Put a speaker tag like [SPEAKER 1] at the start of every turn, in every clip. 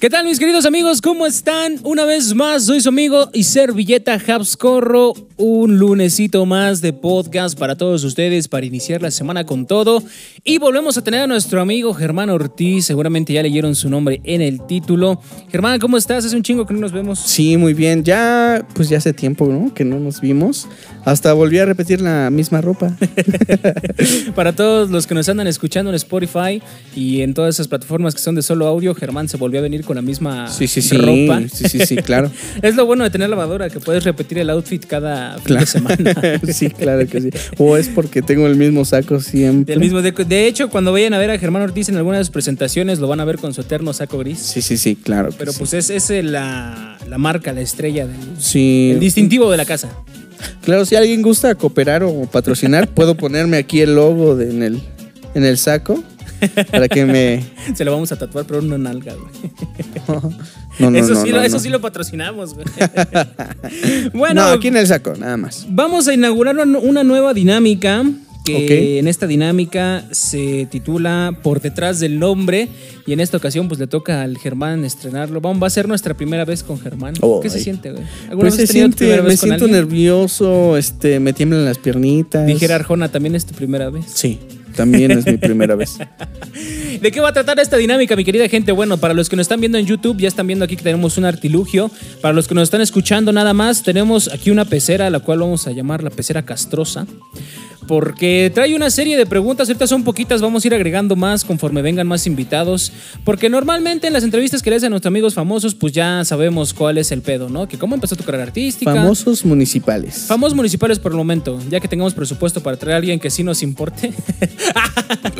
[SPEAKER 1] ¿Qué tal mis queridos amigos? ¿Cómo están? Una vez más, soy su amigo y servilleta Habscorro. Un lunesito más de podcast para todos ustedes para iniciar la semana con todo. Y volvemos a tener a nuestro amigo Germán Ortiz. Seguramente ya leyeron su nombre en el título. Germán, ¿cómo estás? Es un chingo que no nos vemos.
[SPEAKER 2] Sí, muy bien. Ya, pues ya hace tiempo, ¿no? Que no nos vimos. Hasta volví a repetir la misma ropa.
[SPEAKER 1] Para todos los que nos andan escuchando en Spotify y en todas esas plataformas que son de solo audio, Germán se volvió a venir con la misma ropa.
[SPEAKER 2] Sí, sí, sí, claro.
[SPEAKER 1] Es lo bueno de tener lavadora, que puedes repetir el outfit cada fin de
[SPEAKER 2] Claro.
[SPEAKER 1] semana.
[SPEAKER 2] sí, claro que sí. O es porque tengo el mismo saco siempre.
[SPEAKER 1] Del mismo de, de hecho, cuando vayan a ver a Germán Ortiz en alguna de sus presentaciones, lo van a ver con su eterno saco gris.
[SPEAKER 2] Sí, sí, sí, claro. que
[SPEAKER 1] Pero
[SPEAKER 2] sí.
[SPEAKER 1] pues es, es la, la marca, la estrella, del,
[SPEAKER 2] Sí.
[SPEAKER 1] el distintivo de la casa.
[SPEAKER 2] Claro, si alguien gusta cooperar o patrocinar, puedo ponerme aquí el logo de- en, el, en el saco para que me.
[SPEAKER 1] Se lo vamos a tatuar, pero en una nalga, güey.
[SPEAKER 2] No, no,
[SPEAKER 1] eso
[SPEAKER 2] no,
[SPEAKER 1] sí,
[SPEAKER 2] no,
[SPEAKER 1] lo, eso
[SPEAKER 2] no.
[SPEAKER 1] sí lo patrocinamos, güey. bueno,
[SPEAKER 2] no, aquí en el saco, nada más.
[SPEAKER 1] Vamos a inaugurar una- una nueva dinámica. Que
[SPEAKER 2] Ok.
[SPEAKER 1] en esta dinámica se titula Por detrás del nombre. Y en esta ocasión, pues le toca al Germán estrenarlo. Vamos, va a ser nuestra primera vez con Germán.
[SPEAKER 2] Oh,
[SPEAKER 1] ¿Qué se
[SPEAKER 2] ay.
[SPEAKER 1] siente, güey? ¿Alguna vez
[SPEAKER 2] Pues se
[SPEAKER 1] has tenido tu
[SPEAKER 2] siente,
[SPEAKER 1] primera
[SPEAKER 2] me
[SPEAKER 1] vez con
[SPEAKER 2] siento
[SPEAKER 1] alguien?
[SPEAKER 2] nervioso, este, me tiemblan las piernitas.
[SPEAKER 1] Dijera Arjona, también es tu primera vez.
[SPEAKER 2] Sí, también es mi primera vez.
[SPEAKER 1] ¿De qué va a tratar esta dinámica, mi querida gente? Bueno, para los que nos están viendo en YouTube, ya están viendo aquí que tenemos un artilugio. Para los que nos están escuchando nada más, tenemos aquí una pecera, la cual vamos a llamar la pecera castrosa. Porque trae una serie de preguntas, ahorita son poquitas, vamos a ir agregando más conforme vengan más invitados. Porque normalmente en las entrevistas que le hacen a nuestros amigos famosos, pues ya sabemos cuál es el pedo, ¿no? Que cómo empezó tu carrera artística.
[SPEAKER 2] Famosos municipales.
[SPEAKER 1] Famosos municipales por el momento, ya que tengamos presupuesto para traer a alguien que sí nos importe.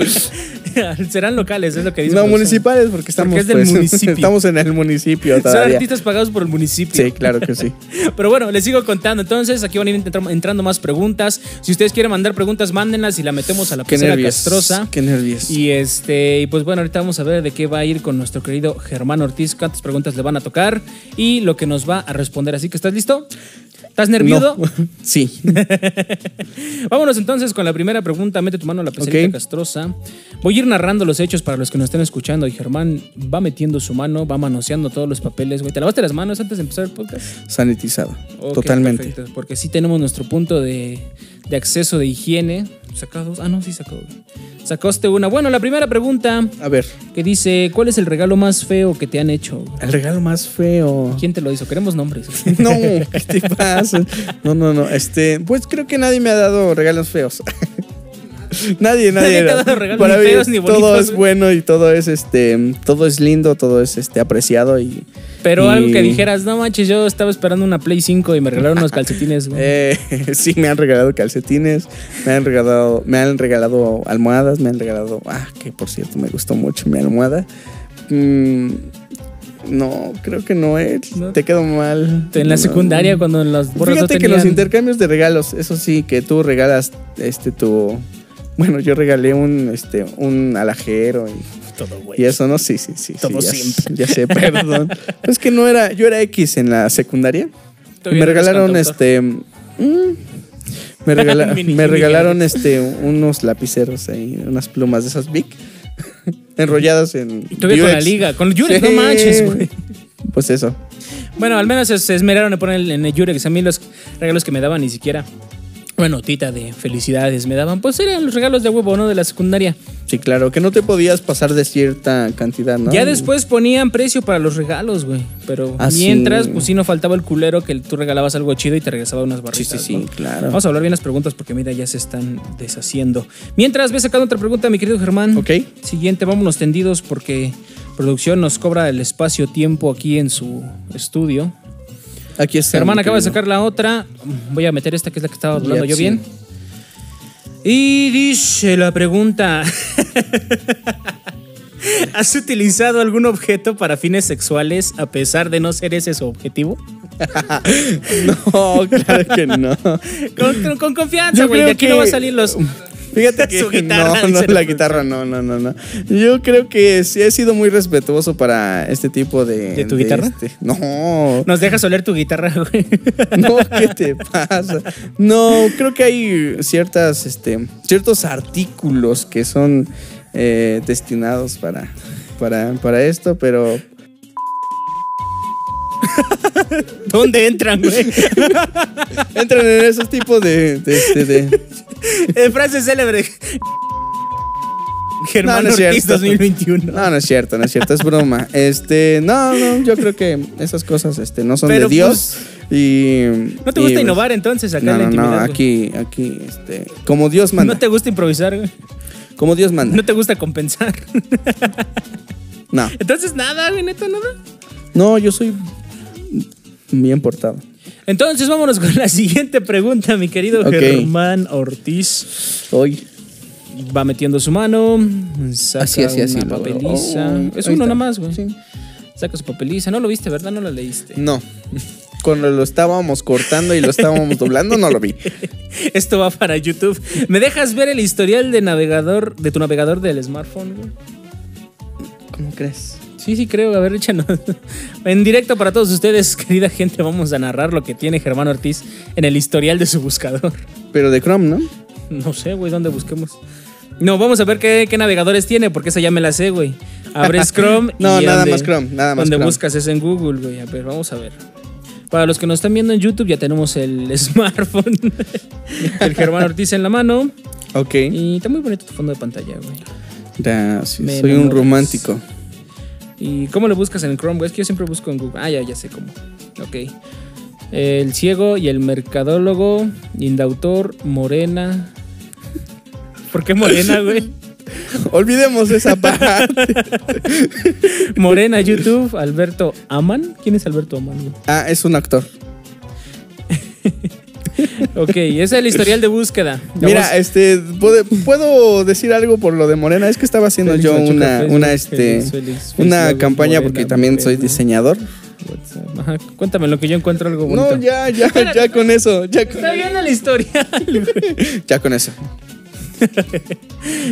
[SPEAKER 1] Serán locales, es lo que dicen.
[SPEAKER 2] Pues no, municipales porque estamos,
[SPEAKER 1] es del
[SPEAKER 2] pues,
[SPEAKER 1] municipio.
[SPEAKER 2] estamos en el municipio
[SPEAKER 1] Son
[SPEAKER 2] todavía.
[SPEAKER 1] artistas pagados por el municipio.
[SPEAKER 2] Sí, claro que sí.
[SPEAKER 1] Pero bueno, les sigo contando. Entonces, aquí van a ir entra- entrando más preguntas. Si ustedes quieren mandar preguntas, mándenlas y la metemos a la
[SPEAKER 2] Qué
[SPEAKER 1] pecera
[SPEAKER 2] nervios.
[SPEAKER 1] castrosa.
[SPEAKER 2] Qué nervios.
[SPEAKER 1] Y este, y pues bueno, ahorita vamos a ver de qué va a ir con nuestro querido Germán Ortiz, cuántas preguntas le van a tocar y lo que nos va a responder. Así que ¿estás listo? ¿Estás nervioso?
[SPEAKER 2] No. Sí.
[SPEAKER 1] Vámonos entonces con la primera pregunta. Mete tu mano a la pecerita
[SPEAKER 2] Ok.
[SPEAKER 1] castrosa. Voy a ir narrando los hechos para los que nos estén escuchando. Y Germán va metiendo su mano, va manoseando todos los papeles. Güey, ¿te lavaste las manos antes de empezar el podcast?
[SPEAKER 2] Sanitizado.
[SPEAKER 1] Ok,
[SPEAKER 2] Totalmente.
[SPEAKER 1] perfecto, porque sí tenemos nuestro punto de, de acceso de higiene. Sacó dos. Ah, no, sí sacó. Sacaste una. Bueno, la primera pregunta
[SPEAKER 2] A ver,
[SPEAKER 1] que dice: ¿Cuál es el regalo más feo que te han hecho?
[SPEAKER 2] el regalo más feo.
[SPEAKER 1] ¿Quién te lo hizo? Queremos nombres.
[SPEAKER 2] No, ¿qué te pasa? No, no, no. Este, pues creo que nadie me ha dado regalos feos. nadie, nadie.
[SPEAKER 1] Nadie te ha
[SPEAKER 2] no.
[SPEAKER 1] dado regalos
[SPEAKER 2] Para
[SPEAKER 1] ni
[SPEAKER 2] mí
[SPEAKER 1] feos ni
[SPEAKER 2] Todo
[SPEAKER 1] bonitos,
[SPEAKER 2] es
[SPEAKER 1] güey.
[SPEAKER 2] bueno y todo es este, todo es lindo, todo es este apreciado y
[SPEAKER 1] Pero
[SPEAKER 2] y-
[SPEAKER 1] algo que dijeras: No manches, yo estaba esperando una Play 5 y me regalaron unos calcetines. güey".
[SPEAKER 2] Eh, sí, me han regalado calcetines, me han regalado, me han regalado almohadas, me han regalado. Ah, que por cierto me gustó mucho mi almohada. Mm, no, creo que no es.
[SPEAKER 1] No.
[SPEAKER 2] Te quedó mal.
[SPEAKER 1] En la
[SPEAKER 2] No.
[SPEAKER 1] secundaria, cuando las borras no
[SPEAKER 2] Fíjate que los
[SPEAKER 1] tenían-
[SPEAKER 2] intercambios de regalos, eso sí, que tú regalas este tu. Bueno, yo regalé un este un alajero y,
[SPEAKER 1] Todo, güey.
[SPEAKER 2] y eso, ¿no? Sí, sí, sí. sí,
[SPEAKER 1] Todo
[SPEAKER 2] ya,
[SPEAKER 1] simple.
[SPEAKER 2] Ya sé, perdón. es que no era. Yo era X en la secundaria.
[SPEAKER 1] Todavía
[SPEAKER 2] Me
[SPEAKER 1] no eres
[SPEAKER 2] regalaron
[SPEAKER 1] cantautor.
[SPEAKER 2] este. mm, me, regala-
[SPEAKER 1] Mini-
[SPEAKER 2] me
[SPEAKER 1] mini
[SPEAKER 2] regalaron este unos lapiceros ahí, unas plumas de esas Big. enrolladas en.
[SPEAKER 1] Y Todavía con la
[SPEAKER 2] Durex.
[SPEAKER 1] liga. Con Yurex,
[SPEAKER 2] Sí.
[SPEAKER 1] no manches, güey.
[SPEAKER 2] Pues eso.
[SPEAKER 1] Bueno, al menos se, se esmeraron en poner en el Yurex. A mí los regalos que me daban ni siquiera. Bueno, tita de felicidades me daban. Pues eran los regalos de huevo, ¿no? De la secundaria.
[SPEAKER 2] Sí, claro, que no te podías pasar de cierta cantidad, ¿no?
[SPEAKER 1] Ya después ponían precio para los regalos, güey. Pero
[SPEAKER 2] Ah, sí.
[SPEAKER 1] mientras, pues sí, no faltaba el culero que tú regalabas algo chido y te regresaba unas
[SPEAKER 2] Sí,
[SPEAKER 1] barritas.
[SPEAKER 2] sí, sí,
[SPEAKER 1] ¿no?
[SPEAKER 2] claro.
[SPEAKER 1] Vamos a hablar bien las preguntas porque mira, ya se están deshaciendo. Mientras, ve sacando otra pregunta, mi querido Germán.
[SPEAKER 2] Ok.
[SPEAKER 1] Siguiente, vámonos tendidos porque producción nos cobra el espacio-tiempo aquí en su estudio.
[SPEAKER 2] Aquí está.
[SPEAKER 1] Germán
[SPEAKER 2] mi
[SPEAKER 1] acaba de
[SPEAKER 2] querido.
[SPEAKER 1] sacar la otra. Voy a meter esta que es la que estaba hablando
[SPEAKER 2] Ya,
[SPEAKER 1] yo
[SPEAKER 2] sí.
[SPEAKER 1] bien. Y dice la pregunta. ¿Has utilizado algún objeto para fines sexuales a pesar de no ser ese su objetivo?
[SPEAKER 2] No, claro que no.
[SPEAKER 1] Con, con- con confianza,
[SPEAKER 2] Yo
[SPEAKER 1] güey. De
[SPEAKER 2] creo
[SPEAKER 1] aquí no va a
[SPEAKER 2] que-
[SPEAKER 1] salir los.
[SPEAKER 2] Fíjate que
[SPEAKER 1] Su guitarra,
[SPEAKER 2] no, no,
[SPEAKER 1] dice,
[SPEAKER 2] la
[SPEAKER 1] no.
[SPEAKER 2] guitarra no, no, no, no. Yo creo que sí he sido muy respetuoso para este tipo de.
[SPEAKER 1] ¿De tu guitarra?
[SPEAKER 2] este- No,
[SPEAKER 1] Nos dejas oler tu guitarra, güey.
[SPEAKER 2] no, ¿qué te pasa? No, creo que hay ciertas, este, ciertos artículos que son eh, destinados para, para, para esto, pero
[SPEAKER 1] ¿Dónde entran, güey?
[SPEAKER 2] entran en esos tipos de, de, este, de-
[SPEAKER 1] Eh, frase célebre. Germán
[SPEAKER 2] No, no es
[SPEAKER 1] Ortiz
[SPEAKER 2] cierto.
[SPEAKER 1] 2021.
[SPEAKER 2] No, no es cierto, no es cierto, es broma. Este, no, no, yo creo que esas cosas, este, no son
[SPEAKER 1] Pero, pues,
[SPEAKER 2] de Dios y.
[SPEAKER 1] ¿No te
[SPEAKER 2] y,
[SPEAKER 1] gusta
[SPEAKER 2] pues,
[SPEAKER 1] innovar entonces acá
[SPEAKER 2] No,
[SPEAKER 1] en la
[SPEAKER 2] no,
[SPEAKER 1] intimidad?
[SPEAKER 2] no,
[SPEAKER 1] güey?
[SPEAKER 2] aquí, aquí, este, como Dios
[SPEAKER 1] ¿No
[SPEAKER 2] manda,
[SPEAKER 1] te gusta improvisar, güey?
[SPEAKER 2] como Dios manda.
[SPEAKER 1] ¿No te gusta compensar?
[SPEAKER 2] No,
[SPEAKER 1] Entonces nada, güey, neta, nada.
[SPEAKER 2] no, yo soy bien portado.
[SPEAKER 1] Entonces vámonos con la siguiente pregunta, mi querido
[SPEAKER 2] Ok.
[SPEAKER 1] Germán Ortiz.
[SPEAKER 2] Hoy.
[SPEAKER 1] Va metiendo su mano, saca
[SPEAKER 2] Así, así, así.
[SPEAKER 1] una
[SPEAKER 2] lo veo.
[SPEAKER 1] papeliza.
[SPEAKER 2] Oh,
[SPEAKER 1] es
[SPEAKER 2] ahí
[SPEAKER 1] uno
[SPEAKER 2] está.
[SPEAKER 1] nada más, güey.
[SPEAKER 2] Sí.
[SPEAKER 1] Saca su papeliza. No lo viste, ¿verdad? No lo leíste.
[SPEAKER 2] No. Cuando lo estábamos cortando y lo estábamos doblando, no lo vi.
[SPEAKER 1] Esto va para YouTube. ¿Me dejas ver el historial de navegador, de tu navegador del smartphone, güey?
[SPEAKER 2] ¿Cómo crees?
[SPEAKER 1] Sí, sí, creo. A ver, échanos. En directo para todos ustedes, querida gente, vamos a narrar lo que tiene Germán Ortiz en el historial de su buscador.
[SPEAKER 2] Pero de Chrome, ¿no?
[SPEAKER 1] No sé, güey, ¿dónde busquemos? No, vamos a ver qué, qué navegadores tiene, porque esa ya me la sé, güey. Abres Chrome.
[SPEAKER 2] No,
[SPEAKER 1] y
[SPEAKER 2] nada
[SPEAKER 1] donde-
[SPEAKER 2] más Chrome, nada más
[SPEAKER 1] Donde
[SPEAKER 2] Chrome.
[SPEAKER 1] buscas es en Google, güey. A ver, vamos a ver. Para los que nos están viendo en YouTube, ya tenemos el smartphone del Germán Ortiz en la mano.
[SPEAKER 2] Ok.
[SPEAKER 1] Y está muy bonito tu fondo de pantalla, güey. Me
[SPEAKER 2] Gracias. Soy un
[SPEAKER 1] enamoras.
[SPEAKER 2] romántico.
[SPEAKER 1] ¿Y cómo lo buscas en Chrome, güey? Es que yo siempre busco en Google. Ah, ya, ya sé cómo. Ok. El ciego y el mercadólogo, Indautor, Morena. ¿Por qué Morena, güey?
[SPEAKER 2] Olvidemos esa parte.
[SPEAKER 1] Morena, YouTube, Alberto Aman. ¿Quién es Alberto Aman, güey?
[SPEAKER 2] Ah, es un actor.
[SPEAKER 1] Ok, ese es el historial de búsqueda.
[SPEAKER 2] Mira, este, ¿puedo, puedo decir algo por lo de Morena. Es que estaba haciendo
[SPEAKER 1] Félix
[SPEAKER 2] yo
[SPEAKER 1] Machuca,
[SPEAKER 2] una,
[SPEAKER 1] Facebook,
[SPEAKER 2] una, este,
[SPEAKER 1] Félix, Félix,
[SPEAKER 2] una
[SPEAKER 1] Félix,
[SPEAKER 2] campaña
[SPEAKER 1] Morena,
[SPEAKER 2] porque también soy
[SPEAKER 1] Morena,
[SPEAKER 2] diseñador.
[SPEAKER 1] WhatsApp. Ajá, cuéntame lo que yo encuentro algo bonito.
[SPEAKER 2] No, ya, ya, ya con eso, ya con,
[SPEAKER 1] Está viendo el historial, güey.
[SPEAKER 2] ya con eso.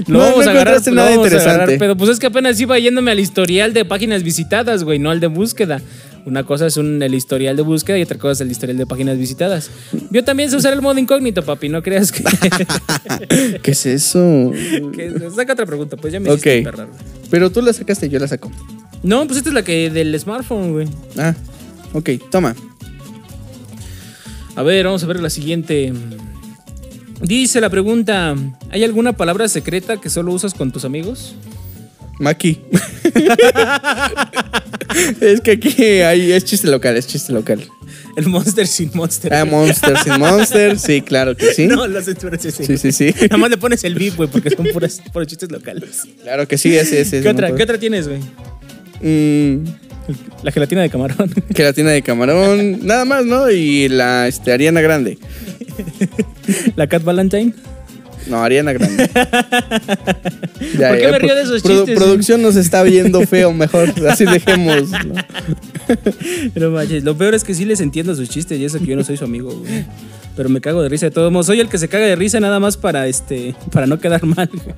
[SPEAKER 1] Lo
[SPEAKER 2] No,
[SPEAKER 1] vamos a
[SPEAKER 2] no
[SPEAKER 1] agarrar,
[SPEAKER 2] encontraste
[SPEAKER 1] lo
[SPEAKER 2] nada
[SPEAKER 1] vamos a
[SPEAKER 2] interesante.
[SPEAKER 1] agarrar, pero pues es que apenas iba yéndome al historial de páginas visitadas, güey, no al de búsqueda. Una cosa es un, el historial de búsqueda y otra cosa es el historial de páginas visitadas. Yo también sé usar el modo incógnito, papi, no creas que...
[SPEAKER 2] ¿Qué es eso?
[SPEAKER 1] que- saca otra pregunta, pues ya me
[SPEAKER 2] Ok.
[SPEAKER 1] hiciste emperrar, güey.
[SPEAKER 2] Pero tú la sacaste, yo la saco.
[SPEAKER 1] No, pues esta es la que del smartphone, güey.
[SPEAKER 2] Ah, ok, toma.
[SPEAKER 1] A ver, vamos a ver la siguiente. Dice la pregunta, ¿hay alguna palabra secreta que solo usas con tus amigos?
[SPEAKER 2] Maki. es que aquí hay, es chiste local, es chiste local.
[SPEAKER 1] El monster sin monster.
[SPEAKER 2] Ah, Monster sin Monster, sí, claro que sí.
[SPEAKER 1] No, las censuras sí.
[SPEAKER 2] Sí, sí, sí.
[SPEAKER 1] Nada más le pones el beep, güey, porque son puras, puros chistes locales.
[SPEAKER 2] Claro que sí, ese, ese.
[SPEAKER 1] ¿Qué,
[SPEAKER 2] no
[SPEAKER 1] otra,
[SPEAKER 2] puedo-
[SPEAKER 1] ¿Qué otra tienes, güey?
[SPEAKER 2] Mm,
[SPEAKER 1] La gelatina de camarón.
[SPEAKER 2] gelatina de camarón, nada más, ¿no? Y la este, Ariana Grande.
[SPEAKER 1] La Cat Valentine.
[SPEAKER 2] No, Ariana Grande. eh,
[SPEAKER 1] ¿Por qué me río de esos chistes?
[SPEAKER 2] Producción nos está viendo feo, mejor así dejemos. ¿no?
[SPEAKER 1] No manches, Lo peor es que sí les entiendo sus chistes y eso que yo no soy su amigo, güey. Pero me cago de risa de todos modos. Soy el que se caga de risa nada más para este para no quedar mal. güey.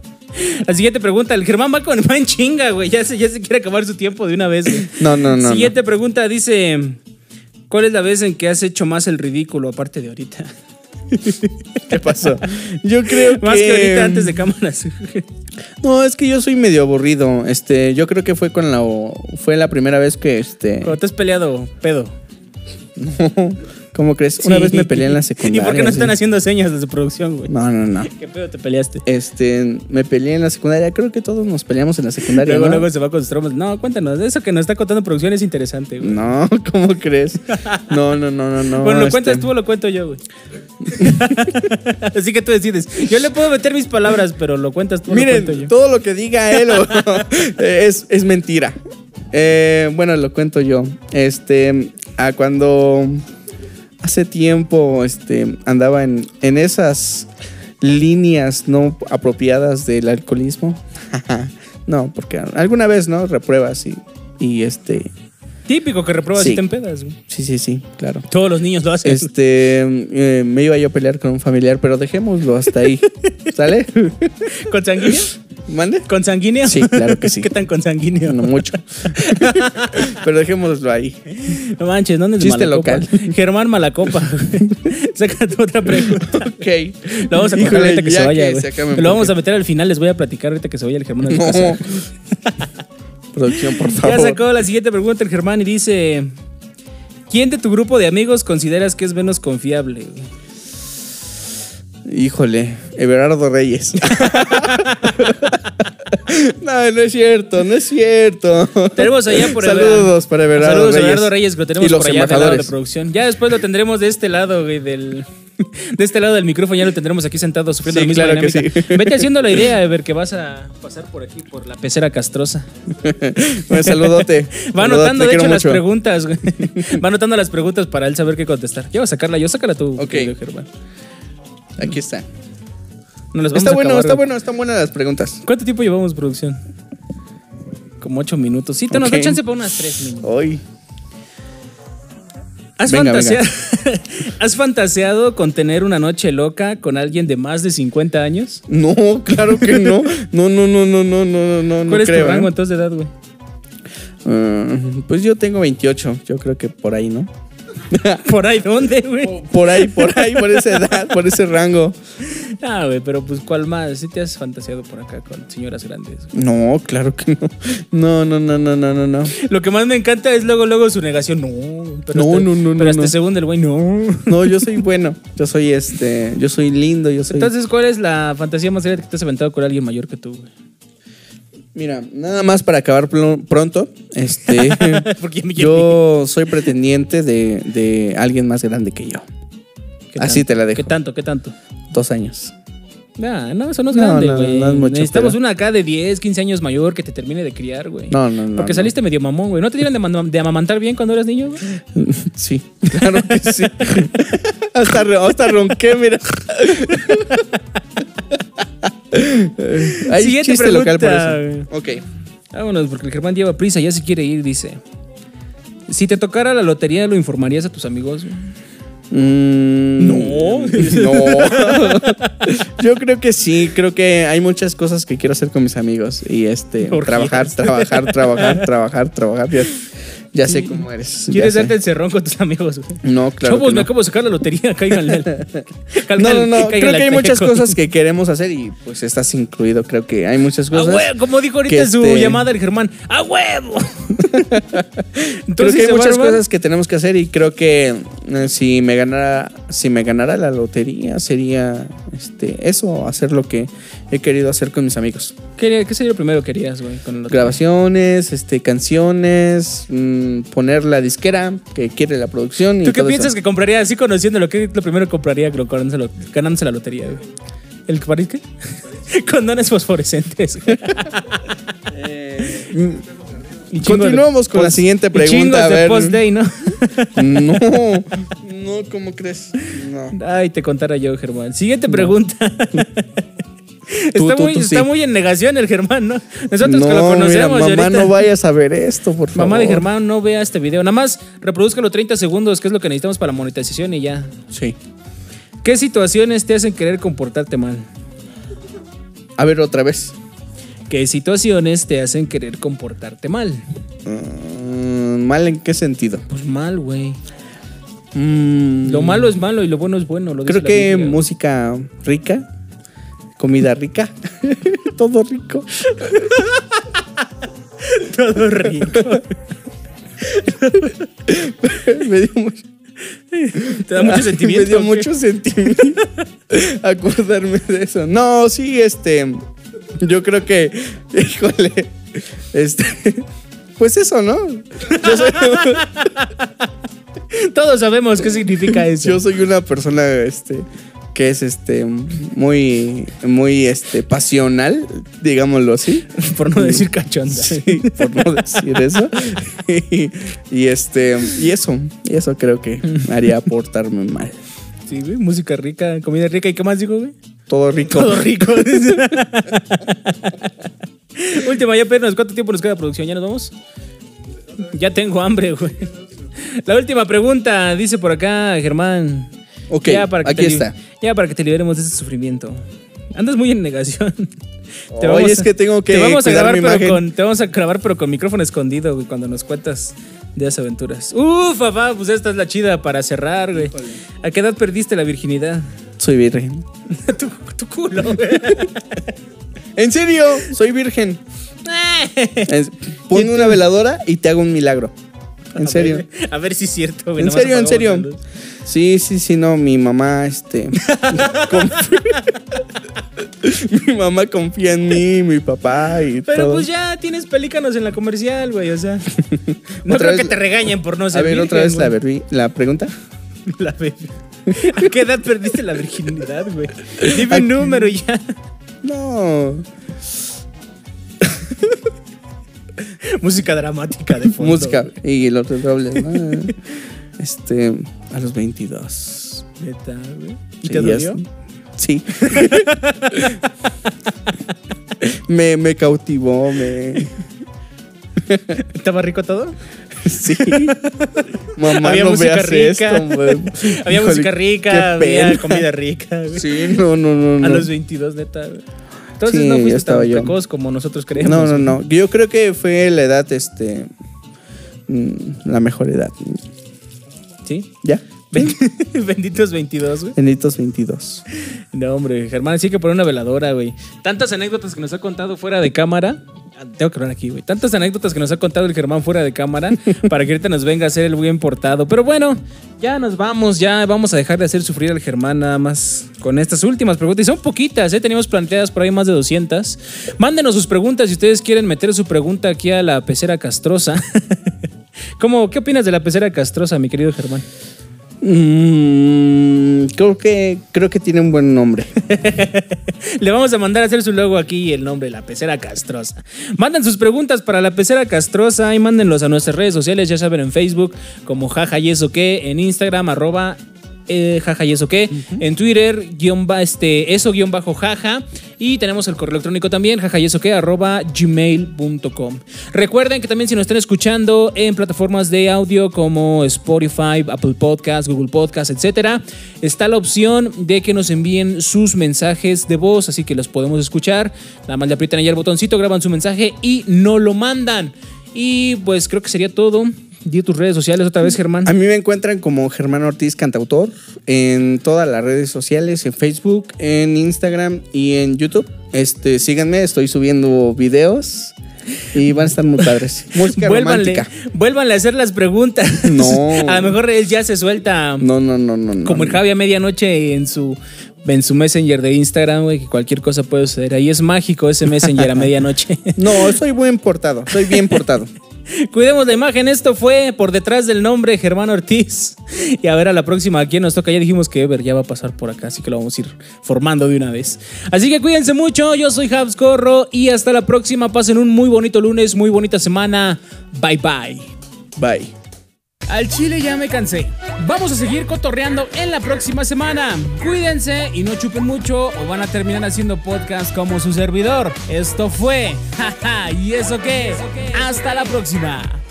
[SPEAKER 1] La siguiente pregunta. El Germán va con va en chinga, güey. Ya se, ya se quiere acabar su tiempo de una vez. güey.
[SPEAKER 2] No, no, no.
[SPEAKER 1] siguiente pregunta dice: ¿Cuál es la vez en que has hecho más el ridículo aparte de ahorita?
[SPEAKER 2] no. ¿Qué pasó? Yo creo que. mm,
[SPEAKER 1] Más que ahorita antes de cámaras.
[SPEAKER 2] No, es que yo soy medio aburrido. Este, yo creo que fue con la. Fue la primera vez que este.
[SPEAKER 1] Cuando te has peleado, pedo.
[SPEAKER 2] ¿Cómo crees? Una
[SPEAKER 1] Sí.
[SPEAKER 2] vez me peleé en la secundaria.
[SPEAKER 1] ¿Y por qué no están
[SPEAKER 2] sí.
[SPEAKER 1] haciendo señas de su producción, güey?
[SPEAKER 2] No, no, no.
[SPEAKER 1] ¿Qué pedo te peleaste?
[SPEAKER 2] Este, me peleé en la secundaria. Creo que todos nos peleamos en la secundaria.
[SPEAKER 1] Luego,
[SPEAKER 2] ¿no?
[SPEAKER 1] luego se va con sus traumas. No, cuéntanos. Eso que nos está contando producción es interesante, güey.
[SPEAKER 2] No, ¿cómo crees? No, no, no, no, no.
[SPEAKER 1] bueno, lo
[SPEAKER 2] este,
[SPEAKER 1] cuentas tú o lo cuento yo, güey. Así que tú decides. Yo le puedo meter mis palabras, pero lo cuentas tú o lo cuento
[SPEAKER 2] Miren,
[SPEAKER 1] yo.
[SPEAKER 2] todo lo que diga él o- es, es mentira. Eh, bueno, lo cuento yo. Este, a cuando hace tiempo este, andaba en, en esas líneas no apropiadas del alcoholismo. no, porque alguna vez, ¿no? Repruebas y, y este.
[SPEAKER 1] Típico que repruebas
[SPEAKER 2] Sí.
[SPEAKER 1] y te empedas. güey.
[SPEAKER 2] Sí, sí, sí, claro.
[SPEAKER 1] Todos los niños lo hacen.
[SPEAKER 2] Este, eh, me iba yo a pelear con un familiar, pero dejémoslo hasta ahí. ¿Sale?
[SPEAKER 1] ¿Con sanguíneo?
[SPEAKER 2] ¿Mande?
[SPEAKER 1] ¿Con sanguíneo?
[SPEAKER 2] Sí, claro que sí.
[SPEAKER 1] ¿Qué tan con sanguíneo?
[SPEAKER 2] No mucho. pero dejémoslo ahí.
[SPEAKER 1] No manches, ¿dónde es
[SPEAKER 2] Chiste
[SPEAKER 1] Malacopa?
[SPEAKER 2] local.
[SPEAKER 1] Germán Malacopa. Sácate otra pregunta.
[SPEAKER 2] Ok.
[SPEAKER 1] Lo vamos a contar
[SPEAKER 2] Híjole,
[SPEAKER 1] ahorita que
[SPEAKER 2] ya
[SPEAKER 1] se vaya,
[SPEAKER 2] que
[SPEAKER 1] güey.
[SPEAKER 2] se acabe,
[SPEAKER 1] Lo vamos
[SPEAKER 2] porque-
[SPEAKER 1] a meter al final, les voy a platicar ahorita que se vaya el Germán. a su casa.
[SPEAKER 2] No. Producción, por favor.
[SPEAKER 1] Ya sacó la siguiente pregunta el Germán y dice: ¿Quién de tu grupo de amigos consideras que es menos confiable? güey?
[SPEAKER 2] Híjole, Everardo Reyes. no, no es cierto, no es cierto.
[SPEAKER 1] Tenemos allá por Ever-
[SPEAKER 2] Saludos para Everardo
[SPEAKER 1] Saludos a
[SPEAKER 2] Reyes.
[SPEAKER 1] Everardo Reyes, que lo tenemos
[SPEAKER 2] y los
[SPEAKER 1] por allá del lado de
[SPEAKER 2] embajadores.
[SPEAKER 1] producción. Ya después lo tendremos de este lado, güey, del. De este lado del micrófono ya lo tendremos aquí sentado sufriendo
[SPEAKER 2] Sí,
[SPEAKER 1] la misma
[SPEAKER 2] claro que
[SPEAKER 1] dinámica.
[SPEAKER 2] sí.
[SPEAKER 1] Vete haciendo la idea de ver que vas a pasar por aquí, por la pecera castrosa.
[SPEAKER 2] Un saludote.
[SPEAKER 1] Va
[SPEAKER 2] Saludote,
[SPEAKER 1] anotando,
[SPEAKER 2] te
[SPEAKER 1] de
[SPEAKER 2] quiero
[SPEAKER 1] hecho, las
[SPEAKER 2] mucho.
[SPEAKER 1] preguntas, güey. Va anotando las preguntas para él saber qué contestar. Ya va a sacarla yo, sácala tú,
[SPEAKER 2] Ok.
[SPEAKER 1] querido Germán.
[SPEAKER 2] Aquí está.
[SPEAKER 1] No las vamos
[SPEAKER 2] Está
[SPEAKER 1] a
[SPEAKER 2] bueno,
[SPEAKER 1] acabar,
[SPEAKER 2] está
[SPEAKER 1] güey.
[SPEAKER 2] bueno, están buenas las preguntas.
[SPEAKER 1] ¿Cuánto tiempo llevamos producción? Como ocho minutos. Sí, te nos da
[SPEAKER 2] Ok.
[SPEAKER 1] chance para unas tres minutos.
[SPEAKER 2] Hoy.
[SPEAKER 1] ¿Has,
[SPEAKER 2] Venga,
[SPEAKER 1] fantaseado, ¿Has fantaseado con tener una noche loca con alguien de más de 50 años?
[SPEAKER 2] No, claro que no. No, no, no, no, no, no, no, no
[SPEAKER 1] ¿Cuál es
[SPEAKER 2] creo,
[SPEAKER 1] tu rango
[SPEAKER 2] ¿eh?
[SPEAKER 1] entonces de edad, güey?
[SPEAKER 2] Ah, pues yo tengo 28, yo creo que por ahí, ¿no?
[SPEAKER 1] ¿Por ahí dónde, güey?
[SPEAKER 2] Por ahí, por ahí, por esa edad, por ese rango.
[SPEAKER 1] Ah, güey, pero pues ¿cuál más? Si te has fantaseado por acá con señoras grandes. güey.
[SPEAKER 2] No, claro que no. No, no, no, no, no, no, no.
[SPEAKER 1] Lo que más me encanta es luego, luego su negación. No, pero
[SPEAKER 2] No,
[SPEAKER 1] hasta-
[SPEAKER 2] no, no,
[SPEAKER 1] Pero
[SPEAKER 2] no,
[SPEAKER 1] hasta
[SPEAKER 2] no.
[SPEAKER 1] segundo el güey, no.
[SPEAKER 2] No, yo soy bueno. Yo soy este. Yo soy lindo. Yo soy.
[SPEAKER 1] Entonces, ¿cuál es la fantasía más seria que te has aventado con alguien mayor que tú, güey?
[SPEAKER 2] mira, nada más para acabar pl- pronto. Este.
[SPEAKER 1] Porque ya me
[SPEAKER 2] yo soy pretendiente de, de alguien más grande que yo.
[SPEAKER 1] ¿Qué
[SPEAKER 2] Así te la dejo.
[SPEAKER 1] ¿Qué tanto? ¿Qué tanto?
[SPEAKER 2] Dos años.
[SPEAKER 1] Nah, no, eso no es
[SPEAKER 2] No,
[SPEAKER 1] grande,
[SPEAKER 2] no,
[SPEAKER 1] güey.
[SPEAKER 2] no es mucho,
[SPEAKER 1] Necesitamos
[SPEAKER 2] pero-
[SPEAKER 1] una acá de 10, 15 años mayor que te termine de criar, güey.
[SPEAKER 2] No, no, no.
[SPEAKER 1] Porque
[SPEAKER 2] no.
[SPEAKER 1] saliste medio mamón, güey. ¿No te dieron de, man- de amamantar bien cuando eras niño, güey?
[SPEAKER 2] Sí, claro que sí. hasta, re- hasta ronqué, mira. Hay
[SPEAKER 1] Siguiente
[SPEAKER 2] chiste local por
[SPEAKER 1] pregunta,
[SPEAKER 2] eso. Ok.
[SPEAKER 1] Vámonos, porque el Germán lleva prisa, ya se quiere ir, dice. Si te tocara la lotería, ¿lo informarías a tus amigos? güey?
[SPEAKER 2] Mm,
[SPEAKER 1] No.
[SPEAKER 2] No. Yo creo que sí, creo que hay muchas cosas que quiero hacer con mis amigos y este
[SPEAKER 1] Orgías.
[SPEAKER 2] trabajar, trabajar, trabajar, trabajar, trabajar. Ya, ya sé cómo eres. ya
[SPEAKER 1] ¿Quieres
[SPEAKER 2] sé.
[SPEAKER 1] darte el cerrón con tus amigos, güey?
[SPEAKER 2] No, claro.
[SPEAKER 1] Chavos,
[SPEAKER 2] que
[SPEAKER 1] me
[SPEAKER 2] no.
[SPEAKER 1] acabo de sacar la lotería, caigan al...
[SPEAKER 2] No,
[SPEAKER 1] caigan
[SPEAKER 2] no,
[SPEAKER 1] al-
[SPEAKER 2] no.
[SPEAKER 1] caigan
[SPEAKER 2] Creo
[SPEAKER 1] al
[SPEAKER 2] que hay muchas
[SPEAKER 1] teco.
[SPEAKER 2] cosas que queremos hacer y pues estás incluido. Creo que hay muchas
[SPEAKER 1] Ah,
[SPEAKER 2] cosas.
[SPEAKER 1] huevo, como dijo ahorita
[SPEAKER 2] que
[SPEAKER 1] en su
[SPEAKER 2] este-
[SPEAKER 1] llamada el Germán. ¡A huevo!
[SPEAKER 2] Creo
[SPEAKER 1] Entonces,
[SPEAKER 2] que hay
[SPEAKER 1] ¿se va a
[SPEAKER 2] muchas
[SPEAKER 1] armar?
[SPEAKER 2] cosas que tenemos que hacer y creo que eh, si me ganara, si me ganara la lotería sería este eso, hacer lo que he querido hacer con mis amigos.
[SPEAKER 1] ¿Qué, qué sería lo primero que querías, güey? Con la lotería?
[SPEAKER 2] Grabaciones, este, canciones, mm, poner la disquera que quiere la producción. y
[SPEAKER 1] ¿Tú qué
[SPEAKER 2] todo
[SPEAKER 1] piensas
[SPEAKER 2] eso.
[SPEAKER 1] que compraría así conociéndolo? ¿Qué es lo primero que compraría con- ganándose, la- ganándose la lotería, güey? ¿El que parece qué? Condones fosforescentes. güey.
[SPEAKER 2] Mm,
[SPEAKER 1] Y chingo de
[SPEAKER 2] Continuamos con la
[SPEAKER 1] post-
[SPEAKER 2] siguiente
[SPEAKER 1] y chingos
[SPEAKER 2] pregunta. A
[SPEAKER 1] de
[SPEAKER 2] ver.
[SPEAKER 1] post-day, ¿no?
[SPEAKER 2] No, no, ¿cómo crees? No.
[SPEAKER 1] Ay, te contara yo, Germán. Siguiente pregunta. está
[SPEAKER 2] tú,
[SPEAKER 1] muy,
[SPEAKER 2] tú
[SPEAKER 1] está
[SPEAKER 2] sí.
[SPEAKER 1] muy en negación el Germán, ¿no? Nosotros que lo
[SPEAKER 2] No,
[SPEAKER 1] conocemos.
[SPEAKER 2] mira,
[SPEAKER 1] y
[SPEAKER 2] mamá,
[SPEAKER 1] ahorita-
[SPEAKER 2] no vayas a ver esto, por favor.
[SPEAKER 1] Mamá de Germán, no vea este video. Nada más reproduzcalo 30 segundos, que es lo que necesitamos para la monetización y ya.
[SPEAKER 2] Sí.
[SPEAKER 1] ¿Qué situaciones te hacen querer comportarte mal?
[SPEAKER 2] A ver, otra vez.
[SPEAKER 1] ¿Qué situaciones te hacen querer comportarte mal?
[SPEAKER 2] Mm, ¿Mal en qué sentido?
[SPEAKER 1] Pues mal, güey.
[SPEAKER 2] Mm,
[SPEAKER 1] Lo malo es malo y lo bueno es bueno. lo dice
[SPEAKER 2] Creo
[SPEAKER 1] la
[SPEAKER 2] que
[SPEAKER 1] Biblia.
[SPEAKER 2] música rica, comida rica, todo rico.
[SPEAKER 1] todo rico.
[SPEAKER 2] Me dio mucho,
[SPEAKER 1] Te da mucho sentimiento.
[SPEAKER 2] Me dio
[SPEAKER 1] ¿o qué?
[SPEAKER 2] mucho sentimiento acordarme de eso. No, sí, este. Yo creo que. Híjole. Este. Pues eso, ¿no? Yo soy,
[SPEAKER 1] Todos sabemos qué significa eso.
[SPEAKER 2] yo soy una persona este, que es este muy, muy este, pasional, digámoslo así.
[SPEAKER 1] Por no decir cachonda.
[SPEAKER 2] Sí, por no decir eso. Y, y este, y eso, y eso creo que me haría portarme mal.
[SPEAKER 1] Sí, güey. Música rica, comida rica. ¿Y qué más digo, güey?
[SPEAKER 2] Todo rico.
[SPEAKER 1] Todo rico. Última, ya, pernos. ¿Cuánto tiempo nos queda de producción? ¿Ya nos vamos? Ya tengo hambre, güey. La última pregunta, dice por acá Germán.
[SPEAKER 2] Ok,
[SPEAKER 1] Ya para que
[SPEAKER 2] aquí
[SPEAKER 1] te li-
[SPEAKER 2] está.
[SPEAKER 1] Ya para que te liberemos de ese sufrimiento. Andas muy en negación.
[SPEAKER 2] Oye, es que tengo que
[SPEAKER 1] te vamos a
[SPEAKER 2] cuidar
[SPEAKER 1] grabar,
[SPEAKER 2] mi
[SPEAKER 1] pero
[SPEAKER 2] imagen.
[SPEAKER 1] con, te vamos a grabar, pero con micrófono escondido, güey, cuando nos cuentas de las aventuras. Uf, papá, pues esta es la chida para cerrar, güey. ¿A qué edad perdiste la virginidad?
[SPEAKER 2] Soy virgen.
[SPEAKER 1] tu, tu culo.
[SPEAKER 2] En serio, soy virgen. Es- Pon una veladora y te hago un milagro. En
[SPEAKER 1] A
[SPEAKER 2] serio.
[SPEAKER 1] ver, a ver si es cierto, güey.
[SPEAKER 2] En
[SPEAKER 1] nada más
[SPEAKER 2] serio, en
[SPEAKER 1] apagamos la
[SPEAKER 2] serio.
[SPEAKER 1] luz.
[SPEAKER 2] Sí, sí, sí, no, mi mamá, este. conf- mi mamá confía en mí, mi papá y
[SPEAKER 1] Pero
[SPEAKER 2] todo.
[SPEAKER 1] pues ya tienes pelícanos en la comercial, güey, o sea. No
[SPEAKER 2] Otra
[SPEAKER 1] creo
[SPEAKER 2] vez
[SPEAKER 1] que
[SPEAKER 2] la-
[SPEAKER 1] te regañen por no ser
[SPEAKER 2] a ver, otra vez
[SPEAKER 1] virgen,
[SPEAKER 2] la,
[SPEAKER 1] güey.
[SPEAKER 2] verbi- la pregunta.
[SPEAKER 1] La baby. ¿A qué edad perdiste la virginidad, güey? Dime un número y ya.
[SPEAKER 2] No.
[SPEAKER 1] Música dramática de fondo.
[SPEAKER 2] Música y los redobles. ¿no? este, a los 22.
[SPEAKER 1] Neta, güey. ¿Y
[SPEAKER 2] Sí,
[SPEAKER 1] te
[SPEAKER 2] ya
[SPEAKER 1] dolió?
[SPEAKER 2] es- Sí. me, me cautivó, me.
[SPEAKER 1] ¿Estaba rico todo?
[SPEAKER 2] Sí. Mamá,
[SPEAKER 1] Había
[SPEAKER 2] no
[SPEAKER 1] música
[SPEAKER 2] veas
[SPEAKER 1] rica.
[SPEAKER 2] esto, güey.
[SPEAKER 1] Había
[SPEAKER 2] Híjole,
[SPEAKER 1] música
[SPEAKER 2] qué
[SPEAKER 1] rica, había
[SPEAKER 2] pena.
[SPEAKER 1] comida rica, güey.
[SPEAKER 2] Sí, no, no, no.
[SPEAKER 1] A
[SPEAKER 2] no.
[SPEAKER 1] los 22, neta, güey. Entonces
[SPEAKER 2] Sí,
[SPEAKER 1] no
[SPEAKER 2] ya
[SPEAKER 1] fuiste
[SPEAKER 2] estaba
[SPEAKER 1] tan
[SPEAKER 2] yo.
[SPEAKER 1] precoz como nosotros creemos.
[SPEAKER 2] No, no,
[SPEAKER 1] güey.
[SPEAKER 2] no. Yo creo que fue la edad, este. mm, La mejor edad.
[SPEAKER 1] ¿Sí?
[SPEAKER 2] ¿Ya?
[SPEAKER 1] Benditos 22, güey.
[SPEAKER 2] Benditos 22.
[SPEAKER 1] No, hombre, Germán, sí que por una veladora, güey. Tantas anécdotas que nos ha contado fuera de cámara. Ah, Tengo que hablar aquí, güey. Tantas anécdotas que nos ha contado el Germán fuera de cámara para que ahorita nos venga a hacer el bien portado. Pero bueno, ya nos vamos, ya vamos a dejar de hacer sufrir al Germán nada más con estas últimas preguntas. Y son poquitas, ¿eh? Teníamos planteadas por ahí más de 200. Mándenos sus preguntas si ustedes quieren meter su pregunta aquí a la pecera castrosa. ¿Cómo, ¿Qué opinas de la pecera castrosa, mi querido Germán?
[SPEAKER 2] Mm, creo que creo que tiene un buen nombre.
[SPEAKER 1] Le vamos a mandar a hacer su logo aquí y el nombre, la pecera castrosa. Manden sus preguntas para la pecera castrosa y mándenlos a nuestras redes sociales, ya saben, en Facebook como jaja y eso qué, en Instagram arroba eh, jaja y eso qué, en Twitter guión ba- este, eso guión bajo jaja y tenemos el correo electrónico también, jaja y eso qué, arroba gmail.com. Recuerden que también si nos están escuchando en plataformas de audio como Spotify, Apple Podcast, Google Podcast, etcétera, está la opción de que nos envíen sus mensajes de voz, así que los podemos escuchar. Nada más le aprietan ahí el botoncito, graban su mensaje y no lo mandan. Y pues creo que sería todo. Di tus redes sociales otra vez, Germán.
[SPEAKER 2] A mí me encuentran como Germán Ortiz Cantautor en todas las redes sociales, en Facebook, en Instagram y en YouTube. Este, síganme, estoy subiendo videos y van a estar muy padres. Música
[SPEAKER 1] Vuélvanle,
[SPEAKER 2] romántica.
[SPEAKER 1] vuélvanle a hacer las preguntas.
[SPEAKER 2] No.
[SPEAKER 1] A lo mejor él ya se suelta.
[SPEAKER 2] No, no, no, no. no,
[SPEAKER 1] Como el
[SPEAKER 2] no.
[SPEAKER 1] Javi a medianoche en su, en su Messenger de Instagram, güey, que cualquier cosa puede suceder. Ahí es mágico ese Messenger a medianoche.
[SPEAKER 2] No, soy buen portado, soy bien portado.
[SPEAKER 1] Cuidemos la imagen. Esto fue por detrás del nombre Germán Ortiz. Y a ver a la próxima a quién nos toca. Ya dijimos que Ever ya va a pasar por acá, así que lo vamos a ir formando de una vez. Así que cuídense mucho. Yo soy Habs Corro y hasta la próxima. Pasen un muy bonito lunes, muy bonita semana. Bye bye.
[SPEAKER 2] Bye.
[SPEAKER 1] Al chile ya me cansé. Vamos a seguir cotorreando en la próxima semana. Cuídense y no chupen mucho o van a terminar haciendo podcast como su servidor. Esto fue. Jaja, ¿y eso qué? Hasta la próxima.